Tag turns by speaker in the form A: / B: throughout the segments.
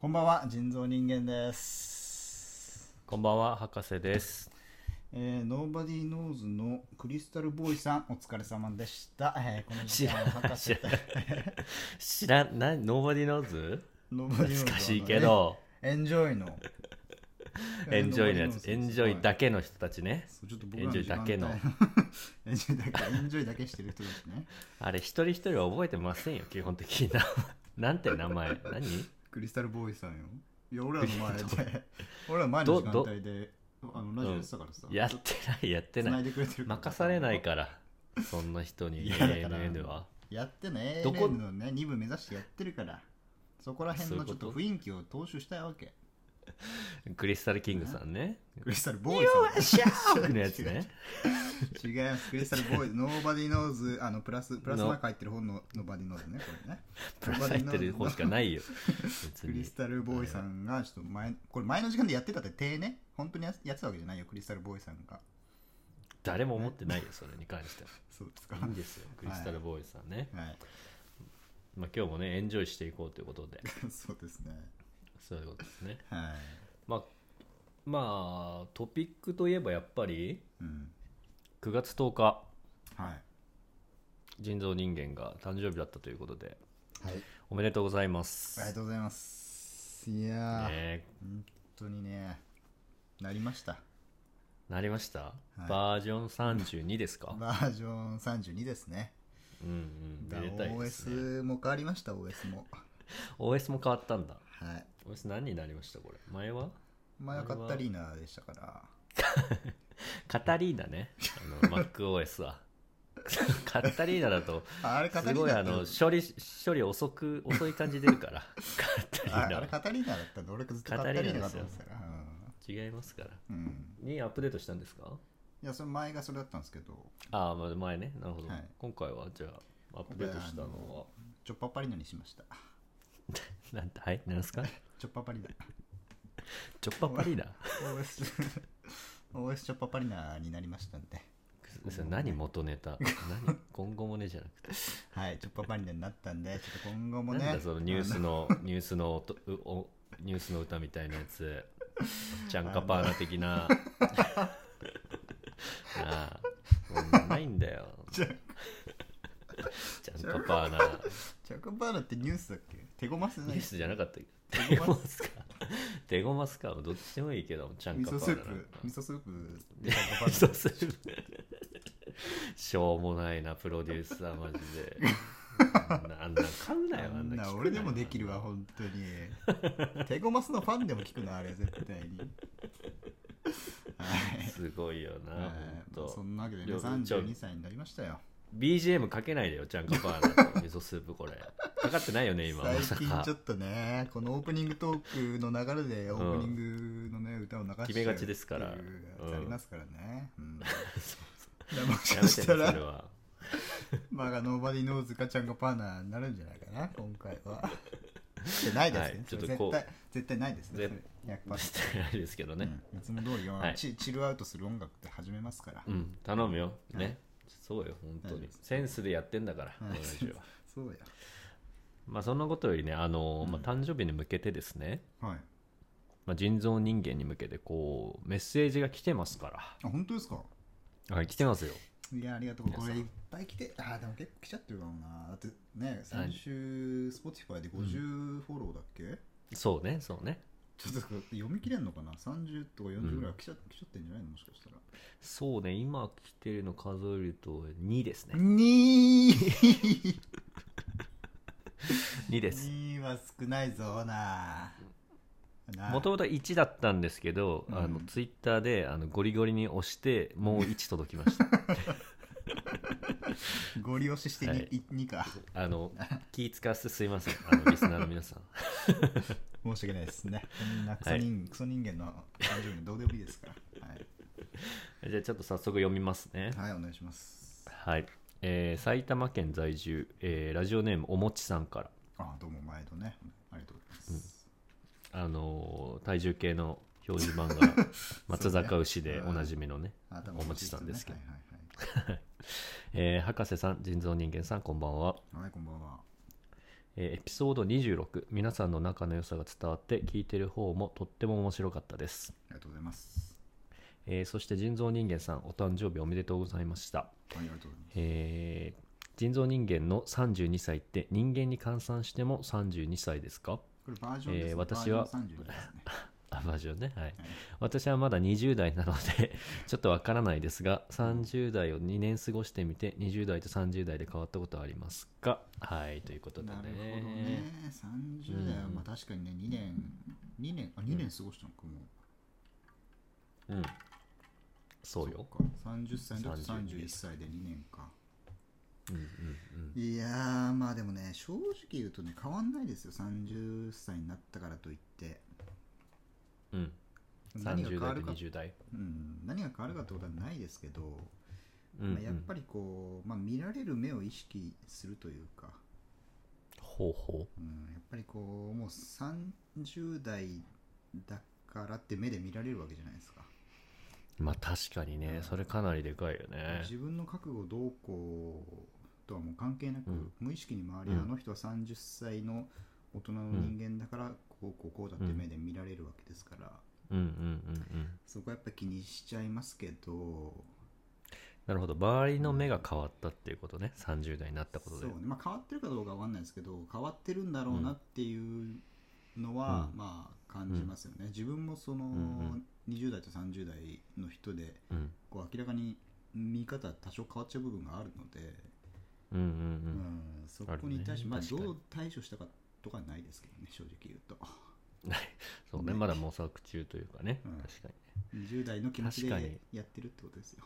A: こんばんは、人造人間です。
B: こんばんは、博士です。
A: えー、Nobody Knows のクリスタルボーイさん、お疲れ様でした。えー、この時
B: 知
A: 間
B: ら
A: は
B: ん、
A: 博
B: 知
A: 士
B: らん。知らん、な、ノーバディノーズ
A: Nobody Knows
B: 懐かしいけど、
A: あのね。エンジョイの。
B: エンジョイのや
A: Nobody
B: つ、
A: Knows
B: エンジョイだけの人たちね。
A: そうちょっと僕らの時間帯
B: エンジョイだ
A: エンジョイだけエンジョイだけしてる人ですね
B: あれ、一人一人は覚えてませんよ、基本的に な。なんて名前何
A: クリスタルボーイさんよいや俺らの 前で俺らの前の時間帯であのラジオやってたからさ、
B: やってない、やって
A: つ
B: ないい。
A: でくれてるから
B: 任されないから、そんな人に
A: いやだから
B: ANN は。
A: やってね
B: どこ
A: ANN のね2部目指してやってるからそこら辺のちょっと
B: そう
A: 雰囲気を踏襲したいわけ
B: クリスタルキングさんね。
A: クリスタルボーイさん
B: 僕のやつね。
A: 違う違う違いますクリスタルボーイズノーバディノーズあのプラスプラスマーク入ってる本のノーバディノーズねこれね
B: プラス入ってる方しかないよ。別
A: クリ
B: に
A: ス。タルボーイさんがちょっと前これ前の時間でやってたって手ね本当にややってたわけじゃないよクリスタルボーイさんが
B: 誰も思ってないよ、それに関しては。
A: そうですか
B: いいんですよ、クリスタルボーイさんね。
A: はい
B: まあ、今日もねエンジョイしていこうということ で
A: そうですね
B: そういうことですね
A: はい
B: まあまあトピックといえばやっぱり
A: うん
B: 9月10日
A: はい
B: 人造人間が誕生日だったということで
A: はい
B: おめでとうございます
A: ありがとうございますいやー、
B: ね
A: 本当にねなりました
B: なりました、
A: い
B: バージョン32ですか
A: バージョン32ですね
B: うんう
A: だ
B: んめでたいですね
A: OS も変わりました OS も
B: OS も変わったんだ
A: はい
B: OS 何になりましたこれ前は
A: 前はカッタリーナでしたから
B: カタリーナねあの MacOS はカタリーナだと
A: ああれカタ
B: す
A: リー
B: ごい
A: ナ
B: あ
A: だ
B: の
A: った
B: 処理処理遅く遅い感じ出るから カ
A: あ
B: タリ
A: あれ
B: ーナ
A: カタリーナだったんで俺ずっとカ
B: カ
A: ッタリ
B: タリ
A: ー
B: ー
A: ナ
B: ナ
A: だ
B: で
A: と
B: す
A: 思ってた
B: よ
A: から
B: 違いますから
A: うん、うん
B: にアップデートしたんですか
A: いやその前がそれだったんですけど
B: ああまあ前ねなるほど、
A: はい
B: 今回はじゃあアップデートしたの
A: 今回
B: は
A: はチョッパパリーナにしました
B: なんてはいなんですか
A: チョッパパリーナ
B: チョッパパ リーナ
A: OS OS チョッパパリーナになりましたんで
B: それ何元ネタ何今後もねじゃなくて、
A: はいチョッパパリーナになったんでちょっと今後もね
B: なんだそのニュースのニュースの音うおニュースの歌みたいなやつチャンカパーナ的なああもうないんだよ
A: チャン
B: チャンカパーナ
A: チョッパパリーナってニュースだっけ手ごます
B: ニュ
A: ね
B: ースじゃなかったっけ
A: 手
B: テ
A: ご
B: ゴ
A: ま
B: マスかテゴマスかどっちでもいいけどちゃん
A: 味
B: かパ
A: 噌
B: ー
A: スー
B: だな
A: プ味噌スープ
B: 味噌スープしょうもないなプロデューサーマジ であんなあんな買うなよ
A: あ
B: あん
A: ん
B: な聞くな
A: な
B: よ
A: 俺でもできるわ本当にテゴマスのファンでも聞くのあれ絶対に はい
B: すごいよな
A: はいまあ
B: ほ
A: そ
B: んと
A: んなわけでね
B: 料理
A: 32歳になりましたよ
B: BGM かけないでよちゃんかパーナと味噌ス ープこれかかってないよね今まさ
A: 最近
B: か
A: ちょっとねこのオープニングトークの流れでオープニングのね歌を流して
B: 決めがちですから
A: ありますからね うんだからもしか
B: やめてね
A: し
B: そ
A: た
B: れ
A: ら
B: は
A: まあノーバディノーズかちゃんがパーナーになるんじゃないかな今回はいやないですね、
B: はい
A: それ
B: ちょっとこう
A: 絶対絶対ないですね
B: ぜ
A: それ100%
B: 絶対ないですけどね
A: うんいつも通りは、
B: はい
A: チチルアウトする音楽って始めますから、
B: うん、頼むよね、
A: はい
B: そうよ本当
A: 大丈夫
B: に
A: です
B: センスでやってんだから、このラジオは
A: そうや
B: まあそんなことよりねあの、まあ、誕生日に向けてですね、
A: はい
B: まあ、人造人間に向けてこうメッセージが来てますか
A: あ本当ですから
B: はい来てますよ
A: いやありがとう
B: 皆さ
A: こ
B: ん
A: れいっぱい来てあーでも結構来ちゃってるだろうなだってね先週 Spotify で50フォローだっけ、
B: そうねそうね
A: ちょっと読み切れんのかな30とか40ぐらいは来ちゃ,、来ちゃってんじゃないのもしかしたら
B: そうね今来てるの数えると2ですね
A: 2
B: 2です
A: 2は少ないぞなな
B: もともと1だったんですけど、
A: うん
B: あのツイッターであのゴリゴリに押してもう1届きま した
A: ゴリ押しして
B: は
A: 2,、
B: い
A: 二か
B: あの気使わせてすいませんあのリスナーの皆さん
A: 申 し訳ないですねこんなクソ人,、クソ人間の誕生日どうでもいいですからはい
B: じゃあちょっと早速読みますね
A: はい、お願いします。
B: はい、えー埼玉県在住、えーラジオネームおもちさんから
A: あ、どうも毎度ね。ありがとうございます。
B: あのー体重計の表示 板が松坂牛でおなじみのね
A: あ多分
B: おもちさんですけど、
A: はいはい
B: えー博士さん人造人間さんこんばんは、
A: はい。はい、こんばんは。
B: えーエピソード26皆さんの仲の良さが伝わって聞いてる方もとっても面白かったです
A: がとうございます。
B: えーそして人造人間さんお誕生日おめでとうございました、
A: はい、ありがとうございます。
B: えー人造人間の32歳って人間に換算しても32歳ですか
A: これバージョンです、ね
B: えー私は
A: バージョン32です ね。
B: あバージョンね、はい、私はまだ20代なので ちょっとわからないですが30代を2年過ごしてみて20代と30代で変わったことはありますかはいということでね
A: なるほどね。30代は、まあ確かにね、2年、二年、あ、2年過ごしたのか、もう。
B: うんそうよ
A: っか。30歳の時と31歳で2年か。
B: うんうんうん
A: いやー、まあでもね、正直言うとね、変わんないですよ。30歳になったからといって。
B: うん
A: 何が
B: 30
A: 変わ
B: 代
A: る
B: と
A: か、
B: 20代
A: うん、何が変わるかってことはないですけど、
B: うん、うん
A: まあ、やっぱりこう、まあ、見られる目を意識するというか、
B: ほうほ
A: うん、やっぱりこうもう30代だからって目で見られるわけじゃないですか、
B: うまあ確かにねそれかなりでかいよね
A: 自分の覚悟どうこうとはもう関係なく、
B: うん
A: 無意識に周り、
B: うん
A: あの人は30歳の大人の人間だから、こうこうこうだって目で見られるわけですから、
B: うんうんうんうん
A: そこはやっぱ気にしちゃいますけど
B: なるほど周りの目が変わったっていうことね30代になったこと
A: そ
B: で
A: うね、まあ、変わってるかどうかわかんないですけど変わってるんだろうなっていうのは、
B: うん
A: まあ感じますよね、自分もその、
B: ん
A: 20代と30代の人で
B: うん
A: こう明らかに見方多少変わっちゃう部分があるので、
B: うんう
A: う
B: んうん
A: んそこに対して、
B: あ
A: まあ
B: るね
A: ど
B: 確かに
A: う対処したかとかはないですけどね正直言うと
B: そうね
A: ね
B: まだ模索中というかね、
A: うん
B: 確かに
A: 20代の気持ち
B: 確かに
A: でやってるってことですよ、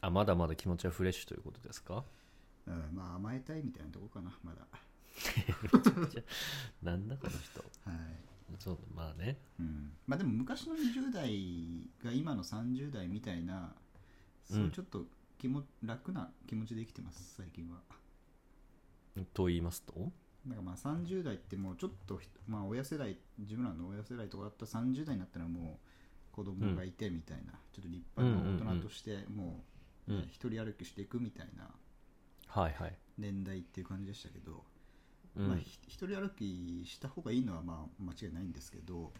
B: あまだまだ気持ちはフレッシュということですか
A: うん、まあ甘えたいみたいなとこかなまだ
B: なんだこの人
A: はい
B: そうまあね
A: うんまあ、でも昔の20代が今の30代みたいなそういうちょっと気も、楽な気持ちで生きてます最近は
B: と言いますと
A: なんかまあ30代ってもうちょっとひ、まあ、親世代自分らの親世代とかだったら30代になったらもう子供がいてみたいな、ちょっと立派な大人としてもう
B: うん
A: ね一人歩きしていくみたいな
B: はいはい、
A: 年代っていう感じでしたけど、
B: うん
A: まあ、ひ一人歩きした方がいいのはまあ間違いないんですけど、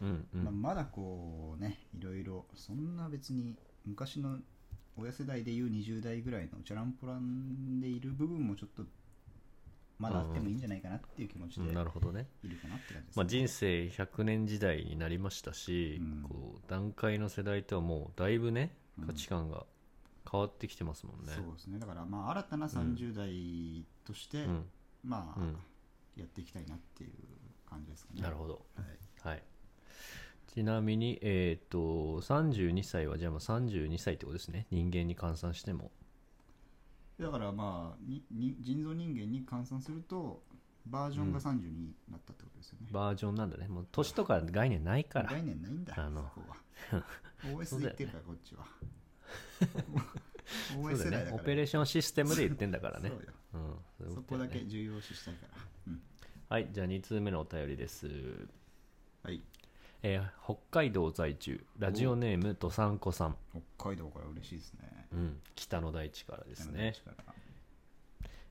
B: うんうん
A: まあ、まだこうねいろいろそんな別に昔の親世代でいう20代ぐらいのチャランポランでいる部分もちょっとまだあってもいいんじゃないかなっていう気持ち
B: う
A: でい
B: ん
A: る
B: なるほどね、
A: かなって感じです、
B: まあ、人生100年時代になりましたし、
A: うん
B: こう段階の世代とはもうだいぶね
A: うん
B: 価値観が変わってきてますもんね、
A: そうですねだからまあ新たな30代として、
B: うん
A: まあ、
B: うん
A: やっていきたいなっていう感じですかね
B: なるほど
A: ど、はい
B: はいちなみに、えっ、と、32歳は、じゃあまあ32歳ってことですね。人間に換算しても。
A: だからまあにに人造人間に換算するとバージョンが32になったってことですよね、
B: バージョンなんだね。もう年とか概念ないから。
A: 概念ないんだ
B: あの
A: そこ は OS で言ってるからこっちは
B: そ
A: OS
B: う
A: 世
B: だ
A: 代だ
B: ね
A: か。ら
B: オペレーションシステムで言ってんだからね
A: そ。うよ
B: うん、そういう
A: そ
B: と
A: こ
B: よ
A: だ
B: ね
A: け重要視したいから、うん、
B: はい、じゃあ2通目のお便りです。
A: はい
B: えー北海道在住、ラジオネーム、どさんこさん。
A: 北海道から嬉しいですね
B: うん、北の大地からです
A: 山
B: ね
A: 口。からあ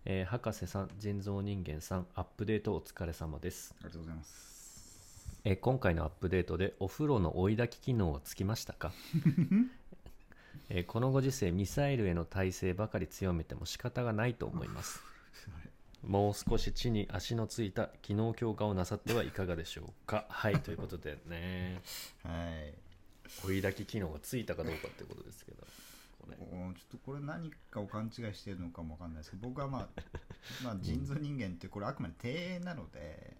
B: えー博士さん、人造人間さん、アップデートお疲れ様です。
A: りがとうございます
B: えー今回のアップデートでお風呂の追い焚き機能はつきまし たか、えーこのご時世ミサイルへの耐性ばかり強めても仕方がないと思いますもう少し地に足のついた機能強化をなさってはいかがでしょうかはいということでね
A: はい
B: 追い焚き機能がついたかどうかってことですけどこれ
A: おちょっとこれ何かを勘違いしてるのかもわかんないですけど僕は まあまあ人造人間ってこれあくまで庭園なので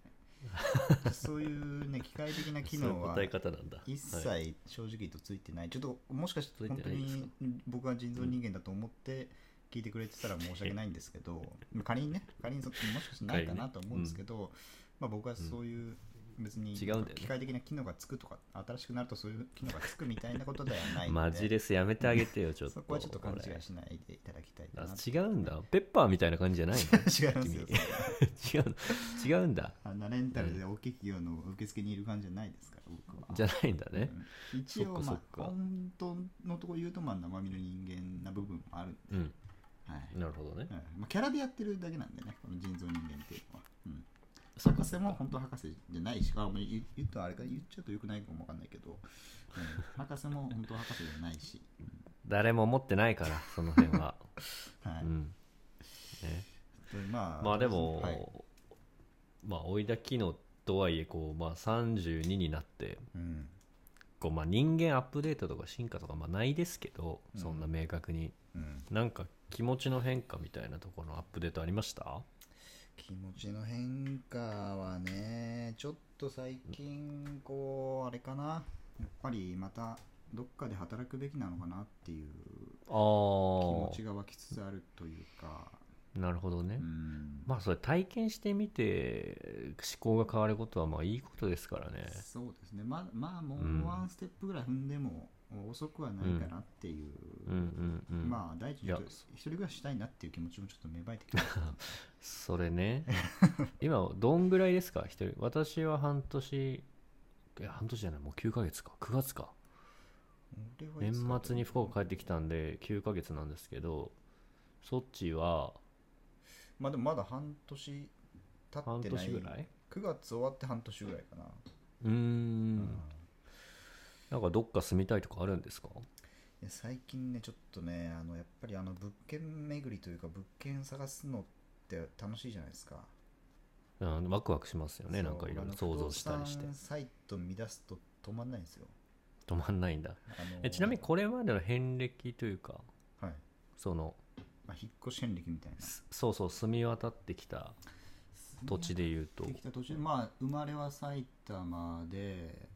A: そういうね機械的な機能は
B: そういう答え方なんだ
A: 一
B: はい
A: 切正直言うとついてない、ちょっともしかして
B: つい
A: 本
B: て
A: 当
B: ないですか
A: に僕は人造人間だと思って聞いてくれてたら申し訳ないんですけど仮にね仮にそもしかしてないかなと思うんですけど、まあ、僕はそういう別に
B: 違うんだよね
A: 機械的な機能がつくとか新しくなるとそういう機能がつくみたいなことではないの
B: マジですやめてあげてよちょっと
A: そこはちょっと勘
B: こ
A: 違
B: れ
A: いしないでいただきたいか
B: あ
A: なと
B: 違うんだペッパーみたいな感じじゃ ない
A: 違いますよそれ
B: の 違うの違うんだ
A: あんなレンタルで大きい企業の受付にいる感じじゃないですから僕は
B: じゃないんだね、
A: うん一応
B: そっかそ
A: ま
B: っ
A: あ
B: か
A: 本当のところ言うとまあ生身の人間な部分もあるんで、
B: うん、
A: はい
B: なるほどね
A: うんまあ、キャラでやってるだけなんでね、この人造人間っていうのは。うん、
B: そっ
A: 博
B: かそ
A: 士
B: っか
A: も本当博士じゃないし、あもう言言ったらあれか言っちゃうとよくないかもわかんないけど、うん、博士も本当博士じゃないし、
B: 誰も持ってないからその辺は、
A: は
B: う
A: い
B: んね、
A: でまあ、
B: まあでも、
A: はい
B: まあ追いだきのとはいえこう、まあ、32になって
A: うん
B: こう、まあ、人間アップデートとか進化とかまあないですけどそんな明確に、
A: うん、
B: なんか気持ちの変化みたいなところのアップデートありました
A: 気持ちの変化はね、ちょっと最近、こう、あれかな、やっぱりまたどっかで働くべきなのかなっていう気
B: あ
A: 持
B: ー
A: ちが湧きつつあるというか、
B: なるほどね、
A: うん、
B: まあそれ体験してみて思考が変わることはまあいいことですからね
A: そうですね、ままあ、も
B: うん
A: うワンステップぐらい踏んでも遅くはないかなっていう、
B: うんうんうん
A: まあ、第一
B: い
A: ちょ
B: や
A: っと一人暮らししたいなっていう気持ちもちょっと芽生えてきました。
B: それ ね今どんぐらいですか一人私は半年いや半年じゃないもう9ヶ月か9月か
A: 俺はい
B: 年
A: つだった
B: 末に福岡帰ってきたんで9ヶ月なんですけどそっちは
A: まあ、でもまだ半年経
B: 半
A: ってない
B: 年ぐらい
A: 9月終わって半年ぐらいかな、
B: うーん
A: うんい
B: なんかどっか住みたいとかあるんですか
A: や最近ねちょっとねあのやっぱりあの物件巡りというか物件探すのって楽しいじゃないですか
B: うんワクワクしますよねなんかいろいろ想像したりして
A: あの不動産サイト見出すと止まんないんですよ
B: 止まんないんだ
A: あの
B: えちなみにこれまでの遍歴というか
A: はい
B: その
A: まあ、引っ越し遍歴みたいな
B: すそうそう住み渡ってきた土地で言うと
A: できた途中まあ生まれは埼玉で、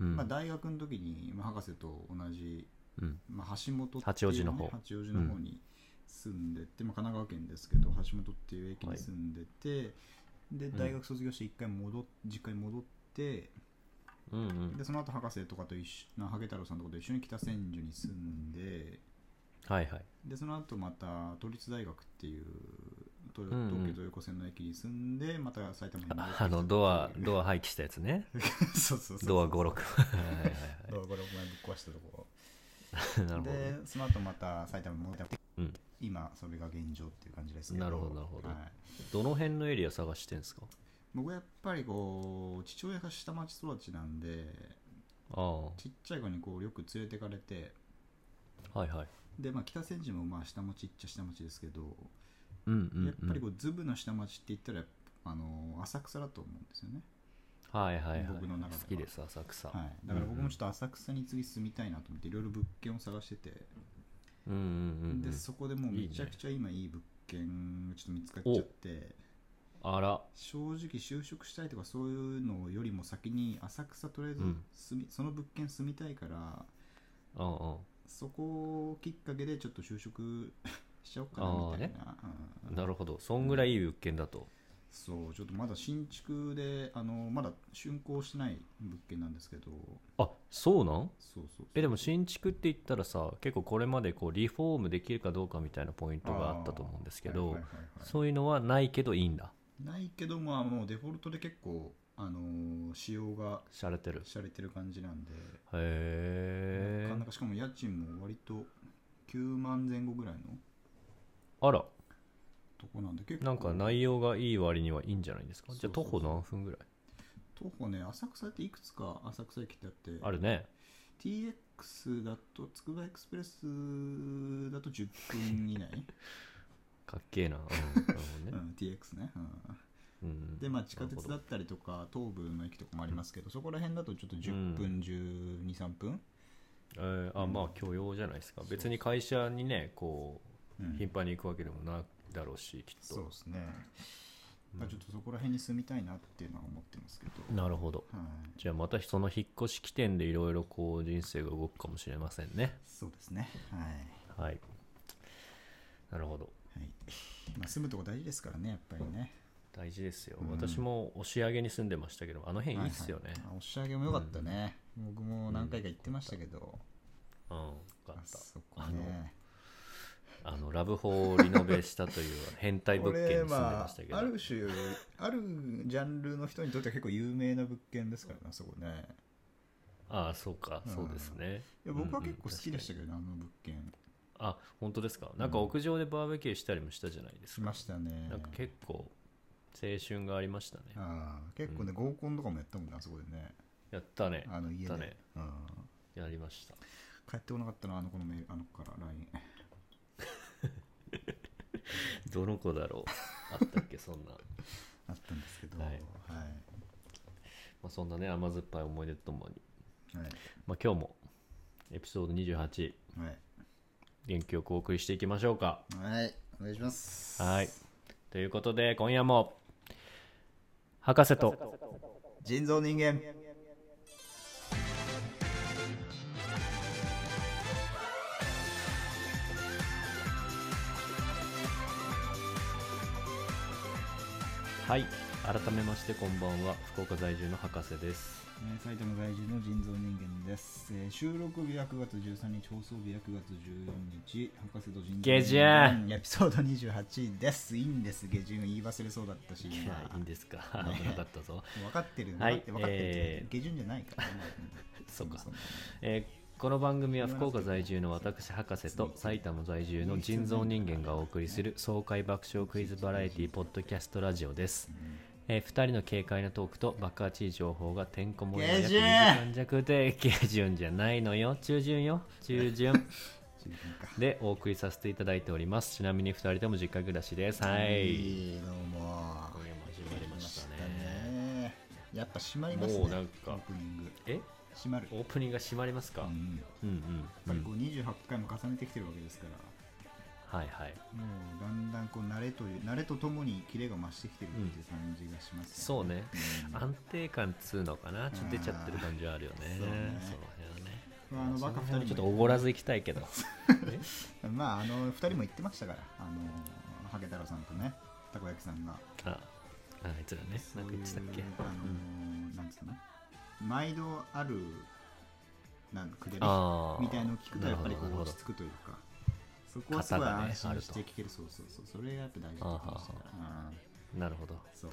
B: うん
A: まあ、大学の時にまあ博士と同じ、
B: うん
A: まあ、橋本っていう、ね、
B: 八王子の方
A: 八王子の方に住んでて、まあ、神奈川県ですけど橋本っていう駅に住んでて、で
B: ん
A: 大学卒業して一回戻っ実家に戻って
B: うんうん
A: でその後博士とかと一緒なハゲ太郎さんとかと一緒に北千住に住んで
B: はいはい
A: でその後また都立大学っていうと
B: んうん
A: 東京東横線の駅に住んで、また埼玉に戻ってきた
B: あ
A: っていう
B: のドアドア廃棄したやつね
A: そうそうそうそう
B: ドア56はいはい
A: ドア56枚ぶっ壊したとこ
B: はい なるほどね
A: でその後また埼玉に戻って、
B: うん
A: 今それが現状っていう感じですけど
B: なるほどなるほど
A: はい、
B: どの辺のエリア探してんですか
A: 僕はやっぱりこう父親が下町育ちなんで
B: ああ
A: ちっちゃい子にこうよく連れてかれて
B: はいはい
A: で、まあ、北千住もまあ下町っちゃ下町ですけど、
B: うんうん、うん、
A: やっぱりこうズブの下町って言ったらやっぱあの浅草だと思うんですよね、
B: はいはいはい
A: 僕の中では
B: 好きです浅草
A: はい、だから僕もちょっ
B: っ
A: と浅草に次住みたいなと思っていろいろ物件を探してて、
B: とうんうんうんう
A: で
B: ん
A: そこでもうめちゃくちゃ今いい物件がちょっと見つかっちゃって、
B: あら
A: 正直就職したいとかそういうのよりも先に浅草とりあえず
B: うん
A: 住み、その物件住みたいから
B: うんうん
A: そこをきっかけでちょっと就職 しちゃおうかなみたいな、うん
B: なるほどそんぐらいいい物件だと
A: そうちょっとまだ新築であのまだ竣工してない物件なんですけど
B: あそうなん
A: そうそうそう
B: えでも新築って言ったらさ結構これまでこうリフォームできるかどうかみたいなポイントがあったと思うんですけど、
A: はいはいはいはい
B: そういうのはないけどいいんだ
A: ないけどまあもうデフォルトで結構あの仕様が
B: 洒落てる
A: しゃれてる感じなんでな
B: へ
A: かな
B: え
A: かしかも家賃も割と9万前後ぐらいの
B: あら
A: とこなんで結構
B: なんか内容がいい割にはいいんじゃないですか
A: そう
B: じ
A: そ
B: ゃ
A: う
B: あ
A: そ
B: 徒
A: う
B: 歩何分ぐらい
A: 徒歩ね浅草っていくつか浅草駅ってあって
B: あるね
A: TX だとつくばエクスプレスだと10分以内、
B: かっけ えな、うん、なるほど
A: う
B: ね、
A: ん、TX ね、 うん
B: うん、
A: でまあ地下鉄
B: な
A: だ
B: る
A: ったりとか東武の駅とかもありますけどそこら辺だとちょっと10分、123分、
B: ほどえーあまあ許容じゃないですか別に会社にねこ
A: う
B: うん頻繁に行くわけでもないだろうしきっ
A: そう
B: と
A: ですね、まあちょっとそこら辺に住みたいなっていうのは思ってますけど、
B: なるほど
A: はい、
B: じゃあまたその引っ越し起点でいろいろこう人生が動くかもしれませんね
A: そうですねはい、
B: はいなるほど
A: はいまあ、住むとこ大事ですからねやっぱりね
B: 大事ですよ、
A: うん
B: 私も押上に住んでましたけどあの辺いいっすよ
A: は
B: ね、
A: いはいあ押し上げも良かったね、僕も何回か行ってましたけど、
B: うんよ
A: あ
B: かった
A: そこね
B: あのラブホをリノベしたという変態物件に住んでましたけ
A: これま
B: ど、
A: あ、ある種あるジャンルの人にとっては結構有名な物件ですからねあそこね
B: ああそうか、そうですね
A: いや僕は結構好きでしたけどね、あの物件
B: あ本当ですかなんか屋上でバーベキューしたりもしたじゃないで
A: し
B: すか、
A: ましたね
B: なんか結構青春がありましたね
A: ああ結構ね、合コンとかもやったもんなあそこでね
B: やったね
A: あの家
B: や
A: で、
B: ったね
A: うん、
B: やりました
A: 帰ってこなかったなあの子のメールあの子から LINE
B: どの子だろうあっ たっけそんな
A: あったんですけど
B: は
A: はいい、はい
B: まあ、そんなね甘酸っぱい思い出とともに、まあ、今日もエピソード28
A: はい
B: 元気よくお送りしていきましょうか
A: はい、お願いします。
B: はい。ということで今夜も博士と
A: 人造人間。
B: はい改めましてこんばんは福岡在住の博士です
A: えー埼玉在住の人造人間です。えー収録日は9月13日、放送日は9月14日、博士と人造
B: 下旬
A: エピソード28です。いいんです、下旬言い忘れそうだったし、
B: い
A: 今
B: やいいんですか
A: ね
B: 危なかったぞ、
A: 分かってるよ、分
B: は
A: か
B: い
A: って分かってる、
B: えー
A: 下旬じゃないから、ね、
B: そうか
A: もも
B: えーこの番組は福岡在住の私博士と埼玉在住の人造人間がお送りする爽快爆笑クイズバラエティポッドキャストラジオです、え2人の軽快なトークと爆発いい情報がてんこ盛りの約
A: 下旬
B: 2時間弱で下旬じゃないのよ中旬よ中 旬
A: 中旬か。
B: でお送りさせていただいておりますちなみに2人とも実家暮らしですはい
A: いいどうも。
B: 今夜も始まりましたね
A: ねやっぱ閉まりますね。
B: もうなんか
A: オープニング。
B: え
A: 閉まる。
B: オープニングが閉まりますか、
A: うん
B: うん、うん
A: や
B: う
A: っぱ
B: ん
A: りこう28回も重ねてきてるわけですから、
B: はいはい
A: もうだんだんこう慣れという慣れとともにキレが増してきてるっていう感じがします、ね
B: そうね
A: うん
B: 安定感っつうのかなちょっと出ちゃってる感じはあるよね
A: あーそうね
B: その辺はね
A: まああの
B: そ
A: バカ
B: 辺
A: 二
B: はちょっ
A: 人
B: と
A: も
B: おごらず行きた いけどえ
A: まああの2人も言ってましたからあのハゲ太郎さんとねたこ焼きさんが
B: ああいつらねなんか言ってたっけ
A: そういうあのなんつうかな毎度あるなんかくだり
B: あー
A: みたいのを聞くとやっぱりこ
B: なる
A: う
B: ほど
A: 落ち着くというかそこはすごい
B: 型がね
A: 安
B: あ
A: 心
B: る
A: し
B: と
A: て聞けるそうそうそうそれがやっぱ大事だと思いましたからうん
B: なるほど、ま
A: そう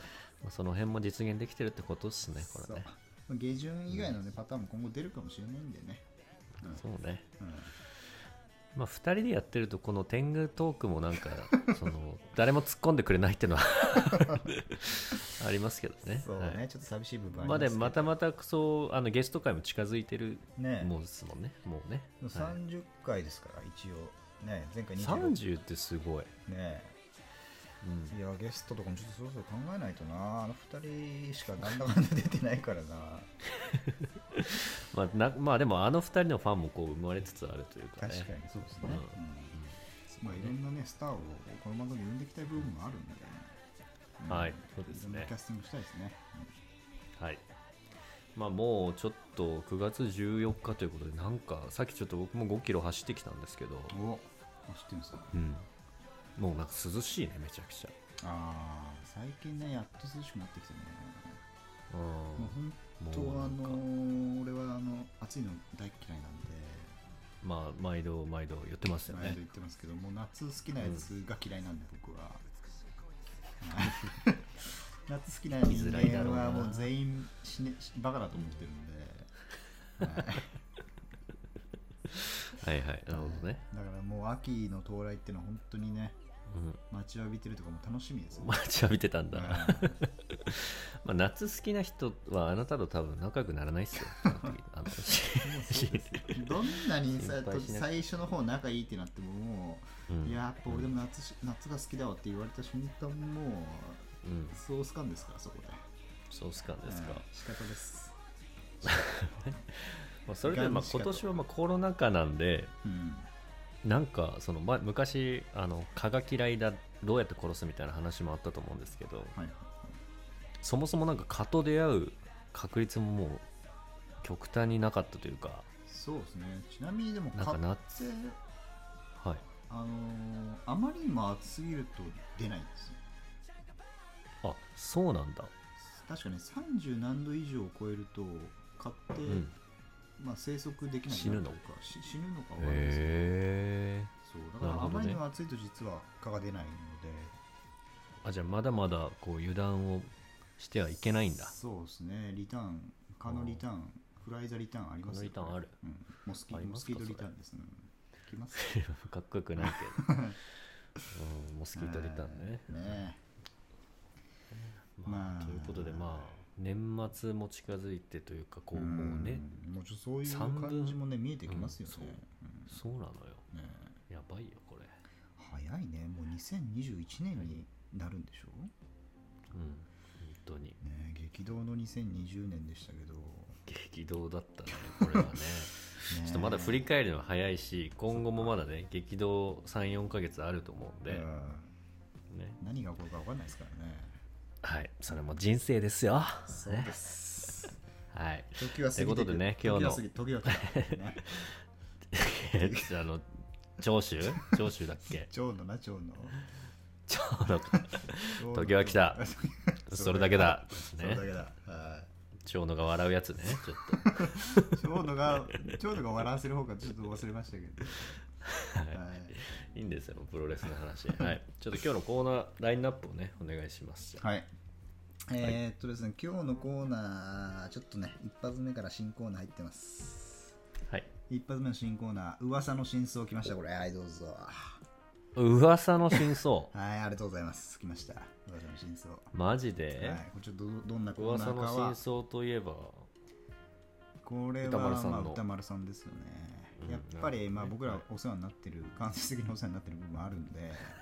B: あ、その辺も実現できてるってことっすねこ
A: そ
B: れ
A: う
B: ね
A: まあ下旬以外の、ね、パターンも今後出るかもしれないんでね。うん
B: そうね
A: うん
B: まあ2人でやってるとこの天狗トークもな んかその誰も突っ込んでくれないっていうのは ありますけどね
A: そう
B: は
A: ね、
B: い
A: ちょっと寂しい部分あり
B: まあ
A: ますけ
B: で
A: ど
B: またまたそうあのゲスト会も近づいてる
A: ね
B: もうですもんねもうね、はい
A: 30回ですから、一応。ね前回26
B: 30ってすごい、
A: ね
B: うん、
A: いや、ゲストとかもちょっとそろそろ考えないとな。あの2人しかなんだかんだ出てないからな。
B: まあなまあでもあの2人のファンもこう生まれつつあるというかね
A: 確かにそうですね。
B: うん
A: うんまあいろんなね、スターをこの番組に呼んでいきたい部分もあるんでね。うん
B: はいそうですね
A: いろんなキャスティングしたいですね。
B: はいまあもうちょっと9月14日ということでなんかさっきちょっと僕も5キロ走ってきたんですけど、
A: うんおあ知ってるんですか
B: うん、もうなんか涼しいねめちゃくちゃ
A: ああ最近ねやっと涼しくなってきたね
B: う
A: もうん本当
B: もう
A: あ
B: なんか
A: のー俺はあの暑いの大っ嫌いなんで
B: まあ毎度毎度言ってますよ
A: 毎度
B: ね
A: 言ってますけどもう夏好きなやつが嫌いなんで、僕 は夏好きな
B: 生きづ
A: 人
B: らいだろう
A: 間
B: な
A: はもう全員死ねしバカだと思ってるんで、はい
B: はいはいなるほどね、
A: だからもう秋の到来っていうのは本当にね
B: うん、
A: 待ちわびてるとかも楽しみですよ、
B: 待ちわびてたんだ、ま
A: はい
B: あ、夏好きな人はあなたと多分仲良くならないっすよあの
A: どんなにさ
B: 心配しなく
A: 最初の方仲いいってなってもも
B: う
A: う、
B: ん
A: いややっぱ俺でも夏し夏が好きだわって言われた瞬間もう
B: うん、
A: ソース感ですからそこで
B: そうっすかですか、
A: うん仕方です、
B: まあ、それで
A: ガン
B: まあ
A: シカ
B: 今
A: と
B: 年はまあコロナ禍なんで
A: うん、
B: なんかその、ま、昔あの蚊が嫌いだどうやって殺すみたいな話もあったと思うんですけど
A: はい
B: そもそもなんか蚊と出会う確率ももう極端になかったというか
A: そうですねちなみにでも
B: な
A: 買
B: んか
A: って
B: 夏はい
A: あのーあまりにも暑すぎると出ないんですよ
B: あそうなんだ
A: 確かね30何度以上を超えると買って、
B: うん
A: まあ、生息できない
B: 死ぬの
A: かし死ぬのか分かんないですけど
B: へえ
A: そうだか
B: なる
A: ら
B: ほ
A: あ
B: どね
A: まりにも暑いと実は蚊が出ないので
B: あじゃあまだまだこう油断をしてはいけないん だ
A: そうですね、リターン、蚊のリターン、フライザリターンあります
B: 蚊のリターンある。
A: うん、モスキ
B: ありま
A: モス
B: すか
A: キートリターンですね。きます
B: かっこよくない けど、うん、もうスキー取れたんでね
A: はいね
B: ま
A: ま
B: あ、
A: あ
B: ということでまあ年末も近づいてというかこ
A: え
B: うもうね
A: んもうちょっとそういう
B: 三分
A: 感じもね見えてきますよね,
B: うん
A: うん、
B: そうなのよ
A: ね
B: やばいよこれ
A: え早いねもう2021年になるんでしょ、
B: うん本当に
A: ねえ激動の2020年でしたけど、ね
B: 激動だったね これはね
A: え
B: ちょっとまだ振り返るのは早いし今後もまだね激動34ヶ月あると思うんで、
A: うん
B: ね
A: 何が起こるか分かんないですからね
B: はいそれも人生ですよ
A: そうです
B: はい
A: 時は過ぎていく
B: ということでね今日の
A: 時は過ぎ時は過ぎてね
B: えっとあの長州長州だっ け
A: 蝶のな蝶の
B: 長野か
A: 蝶の
B: 時は 来た それだけだ
A: それ
B: ね
A: だけだは
B: 長野が笑うやつねちょっと
A: い蝶野が 蝶野が笑わせる方がちょっと忘れましたけどはい
B: いいんですよ、プロレスの 話。はい。ちょっと今日のコーナー、ラインナップをね、お願いします。
A: はい。えーっとですね、今日のコーナー、ちょっとね、一発目から新コーナー入ってます。
B: はい。
A: 一発目の新コーナー、噂の真相来ました、これ。はい、どうぞ。。
B: 噂の真相
A: はい、ありがとうございます。来ました。噂の真相。
B: マジ
A: は
B: で
A: い、これちょっとどどんなコーナ
B: 噂
A: ーか
B: の
A: は
B: 真、相といえば、
A: これは
B: 歌丸さん
A: ま
B: の
A: あ歌丸さんですよね。
B: うん
A: やっぱり、まあ、
B: なるほ
A: 僕
B: どね
A: らお世話になってる、間接的にお世話になってる部分もあるんで、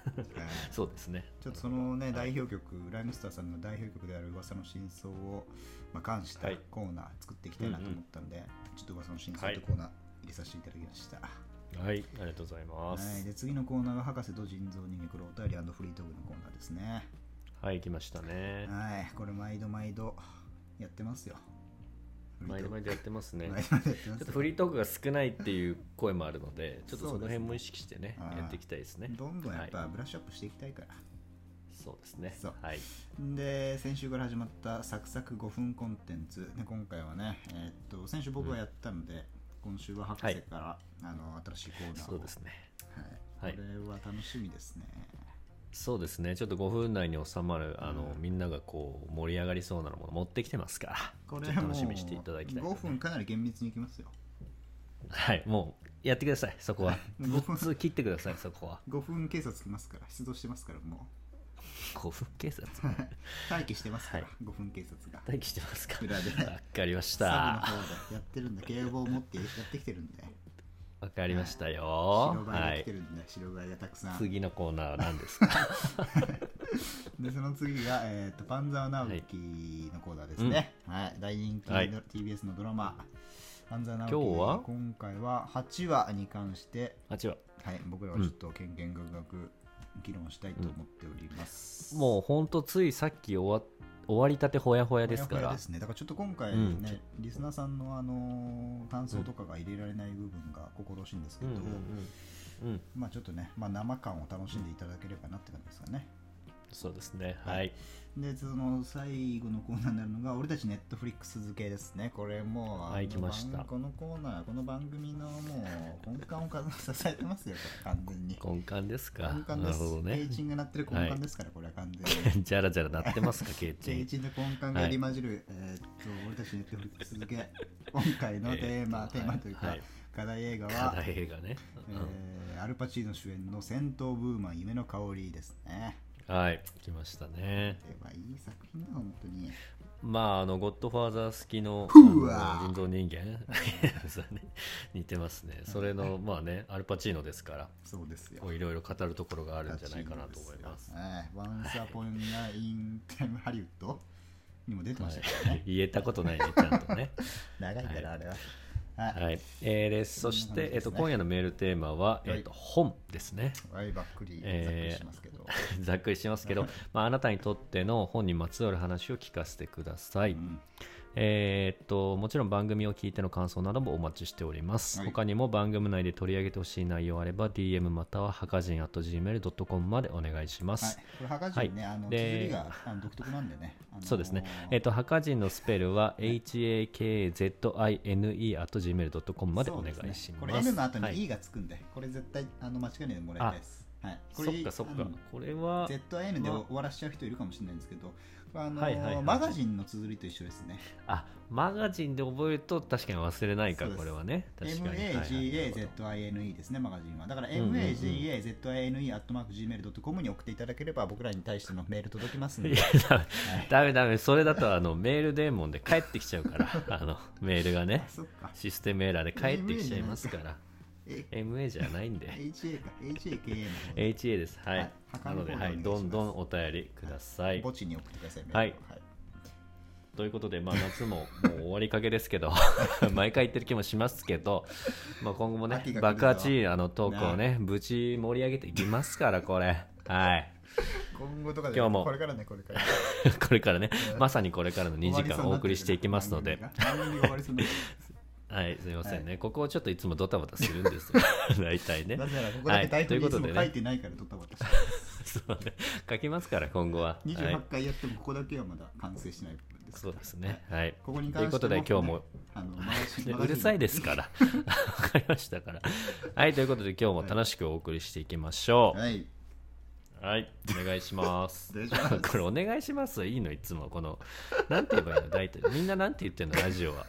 A: はい
B: そうですね。
A: ちょっとそのね、代表曲、ライムスターさんの代表曲である噂の真相を、まあ、冠した
B: はい
A: コーナー作っていきたいなと思ったんで、ちょっと噂の真相というコーナー入れさせていただきました。は
B: はい、ありがとうございま
A: い、
B: す。
A: で次のコーナーが博士と腎臓にめくるお便りフリートークのコーナーですね。
B: はい、来ましたね。
A: はい、これ毎度毎度やってますよ。
B: 毎度
A: 毎
B: 毎度やってますね。
A: 毎
B: ち
A: 度毎度やってま
B: ょっと
A: す
B: フリートークが少ないっていう声もあるので、ちょっと
A: そ
B: そ
A: う
B: の
A: ですね
B: 辺も意識してね、
A: はい
B: やっていきたいですね。
A: どんどんやっ
B: は
A: ぱブラッシュアップしていきたいから。
B: いそうですね
A: そう。
B: はい。
A: で先週から始まったサクサク5分コンテンツ、ね、今回はね、えーっと先週僕はやったので、今週は博士から、あの新しいコーナーを
B: そうですね。
A: は、
B: はいい
A: これは楽しみですね
B: そうですね。ちょっと5分内に収まる、あの
A: う、ん
B: みんながこう、盛り上がりそうなもの持ってきてますから。
A: これ
B: ちょっと楽しみにしていただきたい
A: 5分かなり厳密にいきますよ
B: はい、もうやってください、そこ は。
A: 5分
B: 普通切ってください、そこは。
A: 5分警察来ますから出動してますからも
B: 5分警察
A: う待機してますから、
B: は
A: 5分警察が
B: 待機してますか
A: 裏で
B: わかりまし
A: サ
B: た。
A: ブの方でやってるんで警棒を持ってやってきてるんで
B: わかりましたよ。
A: 白バイが
B: は
A: 来
B: い
A: て。るんで、白バイがたくさん
B: 次のコーナーは何ですか
A: でその次が、えー、とパンザー直樹のコーナーですね、はい大人気の
B: はい
A: TBS のドラマ、パンザー直樹
B: 今日は
A: 今回は8話に関して、
B: 八話。
A: はい、僕らはちょっとけんけんがくがく議論したいと思っております、
B: もうほんとついさっき終わ終わりたてほやほや
A: ほ
B: で
A: や
B: す
A: ほ
B: か
A: や
B: ら
A: です。ねだからちょっと今回ね、
B: うん
A: リスナーさんの、あのー感想とかが入れられない部分が心惜しいんですけ
B: うん
A: ど、
B: うんうん。うん、
A: まあちょっとね、まあ、生感を楽しんでいただければなって感じですかね、
B: そうですね。はい。
A: でその最後のコーナーになるのが俺たちネットフリックス付けですねこれもう、
B: はい
A: あの
B: 来ました
A: 番このコーナーこの番組のもう根幹をか支えてますよこれ完全に
B: 根幹ですか。
A: 根幹
B: な
A: で
B: る
A: す
B: ほど
A: ケ
B: ね
A: イ。チンが鳴ってる根幹ですから、これは完全に
B: じゃらじゃらなっ てますか、ケイチ
A: ケイ
B: ン。
A: チンの根幹が入り混じる、えーっと俺たちネットフリックス付け今回のテーマ、
B: え
A: テーマというか、
B: はい。
A: 課題映画
B: 課
A: は、
B: 題映画ね。
A: えーアルパチーノ主演の戦闘ブーマン夢の香りですね
B: うんはい。来ましたね。
A: ではいい作品だ本当に
B: まあ、あの、ゴッドファーザー好きの
A: ふうわ
B: あの人造人間 そうね似てますね。それの、まあね、アルパチーノですから、
A: そうですよ
B: こういろいろ語るところがあるんじゃないかなと思います。
A: はい。ワンサポンナインタイムハリウッドにも出てましたから
B: は
A: ね
B: い。 言えたことないね、ちゃんとね。
A: 長いからあれは。はい。
B: はい。えーでそし
A: そんな
B: て
A: 感、じ
B: え
A: で
B: っ
A: すね
B: と、今夜のメールテーマは、えっと、本ですね。
A: はい、ばっくりざっ
B: えー
A: くりしますけど。
B: ざっくりしますけど、まあ、あなたにとっての本にまつわる話を聞かせてください。
A: うん
B: えーっともちろん番組を聞いての感想などもお待ちしております、
A: はい
B: 他にも番組内で取り上げてほしい内容あれば DM またははかじん .gmail.com までお願いしま
A: はい
B: す、。
A: これ、はかじね、あの、
B: で
A: 綴りがあの独特なんでね。あのー
B: そうですね。えーっ、と、はかじんのスペルは、hakazine.gmail.com までお願いしま
A: そ
B: す。
A: うでねこれ、N の後
B: は
A: に
B: い
A: E がつくんで、これ絶対、あの、間違いないでもらいたいです。はい。こ
B: そ
A: れ
B: っかそっ
A: あ
B: か
A: の。
B: これは、
A: ZIN で終わらしちゃう人いるかもしれないんですけど、あの
B: はいはいはい
A: マガジンの綴りと一緒ですね。
B: あマガジンで覚えると確かに忘れないか
A: そうです
B: これはね確かにはいはいなるほど
A: magazine ですね、マガジンは。だから、
B: うんうんうん
A: magazine.gmail.com に送っていただければ、僕らに対してのメール届きますの
B: い
A: で
B: や。ダメダメダメそれだとあのメールデーモンで帰ってきちゃうからあのメールがね
A: あそっか。
B: システムエラーで帰ってきちゃいますから
A: え
B: MA じゃないんで
A: HA か、HAKA の方で
B: HA ですはい、
A: はい
B: なので、
A: 墓の方でお
B: は
A: 願いし
B: い、
A: ます
B: どんどんお便りください、
A: 墓地に送ってください、メールを
B: はいということで、まあ、夏ももう終わりかけで すけど毎回言ってる気もしますけど、まあ、今後もね
A: 秋が来るぞ
B: 爆発あのトークをねぶち盛り上げていきますからこれ はい
A: 今後とかで、
B: 今日も
A: これからね、これから。
B: これからねまさにこれからの2時
A: 終わりそう
B: 間
A: に
B: お
A: な
B: 送りしていきますので
A: 番組が終わりそうになって
B: はいすいませんね、ここをちょっといつもドタバタするんですよ大体ね
A: るなぜなら、ここだけ台
B: とい
A: 本
B: う
A: にいつ
B: こと
A: も
B: で
A: 書い
B: ね
A: てないから、撮ったこと
B: そうね書きますから今後は、はい
A: 28回やっても、ここだけはまだ完成しない部分です。
B: そうですねはい
A: ここに
B: とい
A: 関
B: う
A: して
B: こ
A: も
B: とで今日も
A: あのマガジン
B: で
A: マガ
B: う
A: ジン
B: るさいですからわかりましたからはいということで今日も楽しくお送りしていきましょう、
A: はい。
B: はい、お願いします
A: お願いします
B: これお願いしますいいのいつもこのなんて言えばいいの大体みんななんて言ってんのラジオは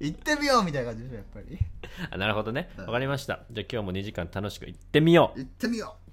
A: 行ってみようみたいな感じでしょ、やっぱり。
B: あなるほどね
A: うん
B: わかりましたじゃあ今日も2時間楽しく行ってみよう
A: 行ってみよう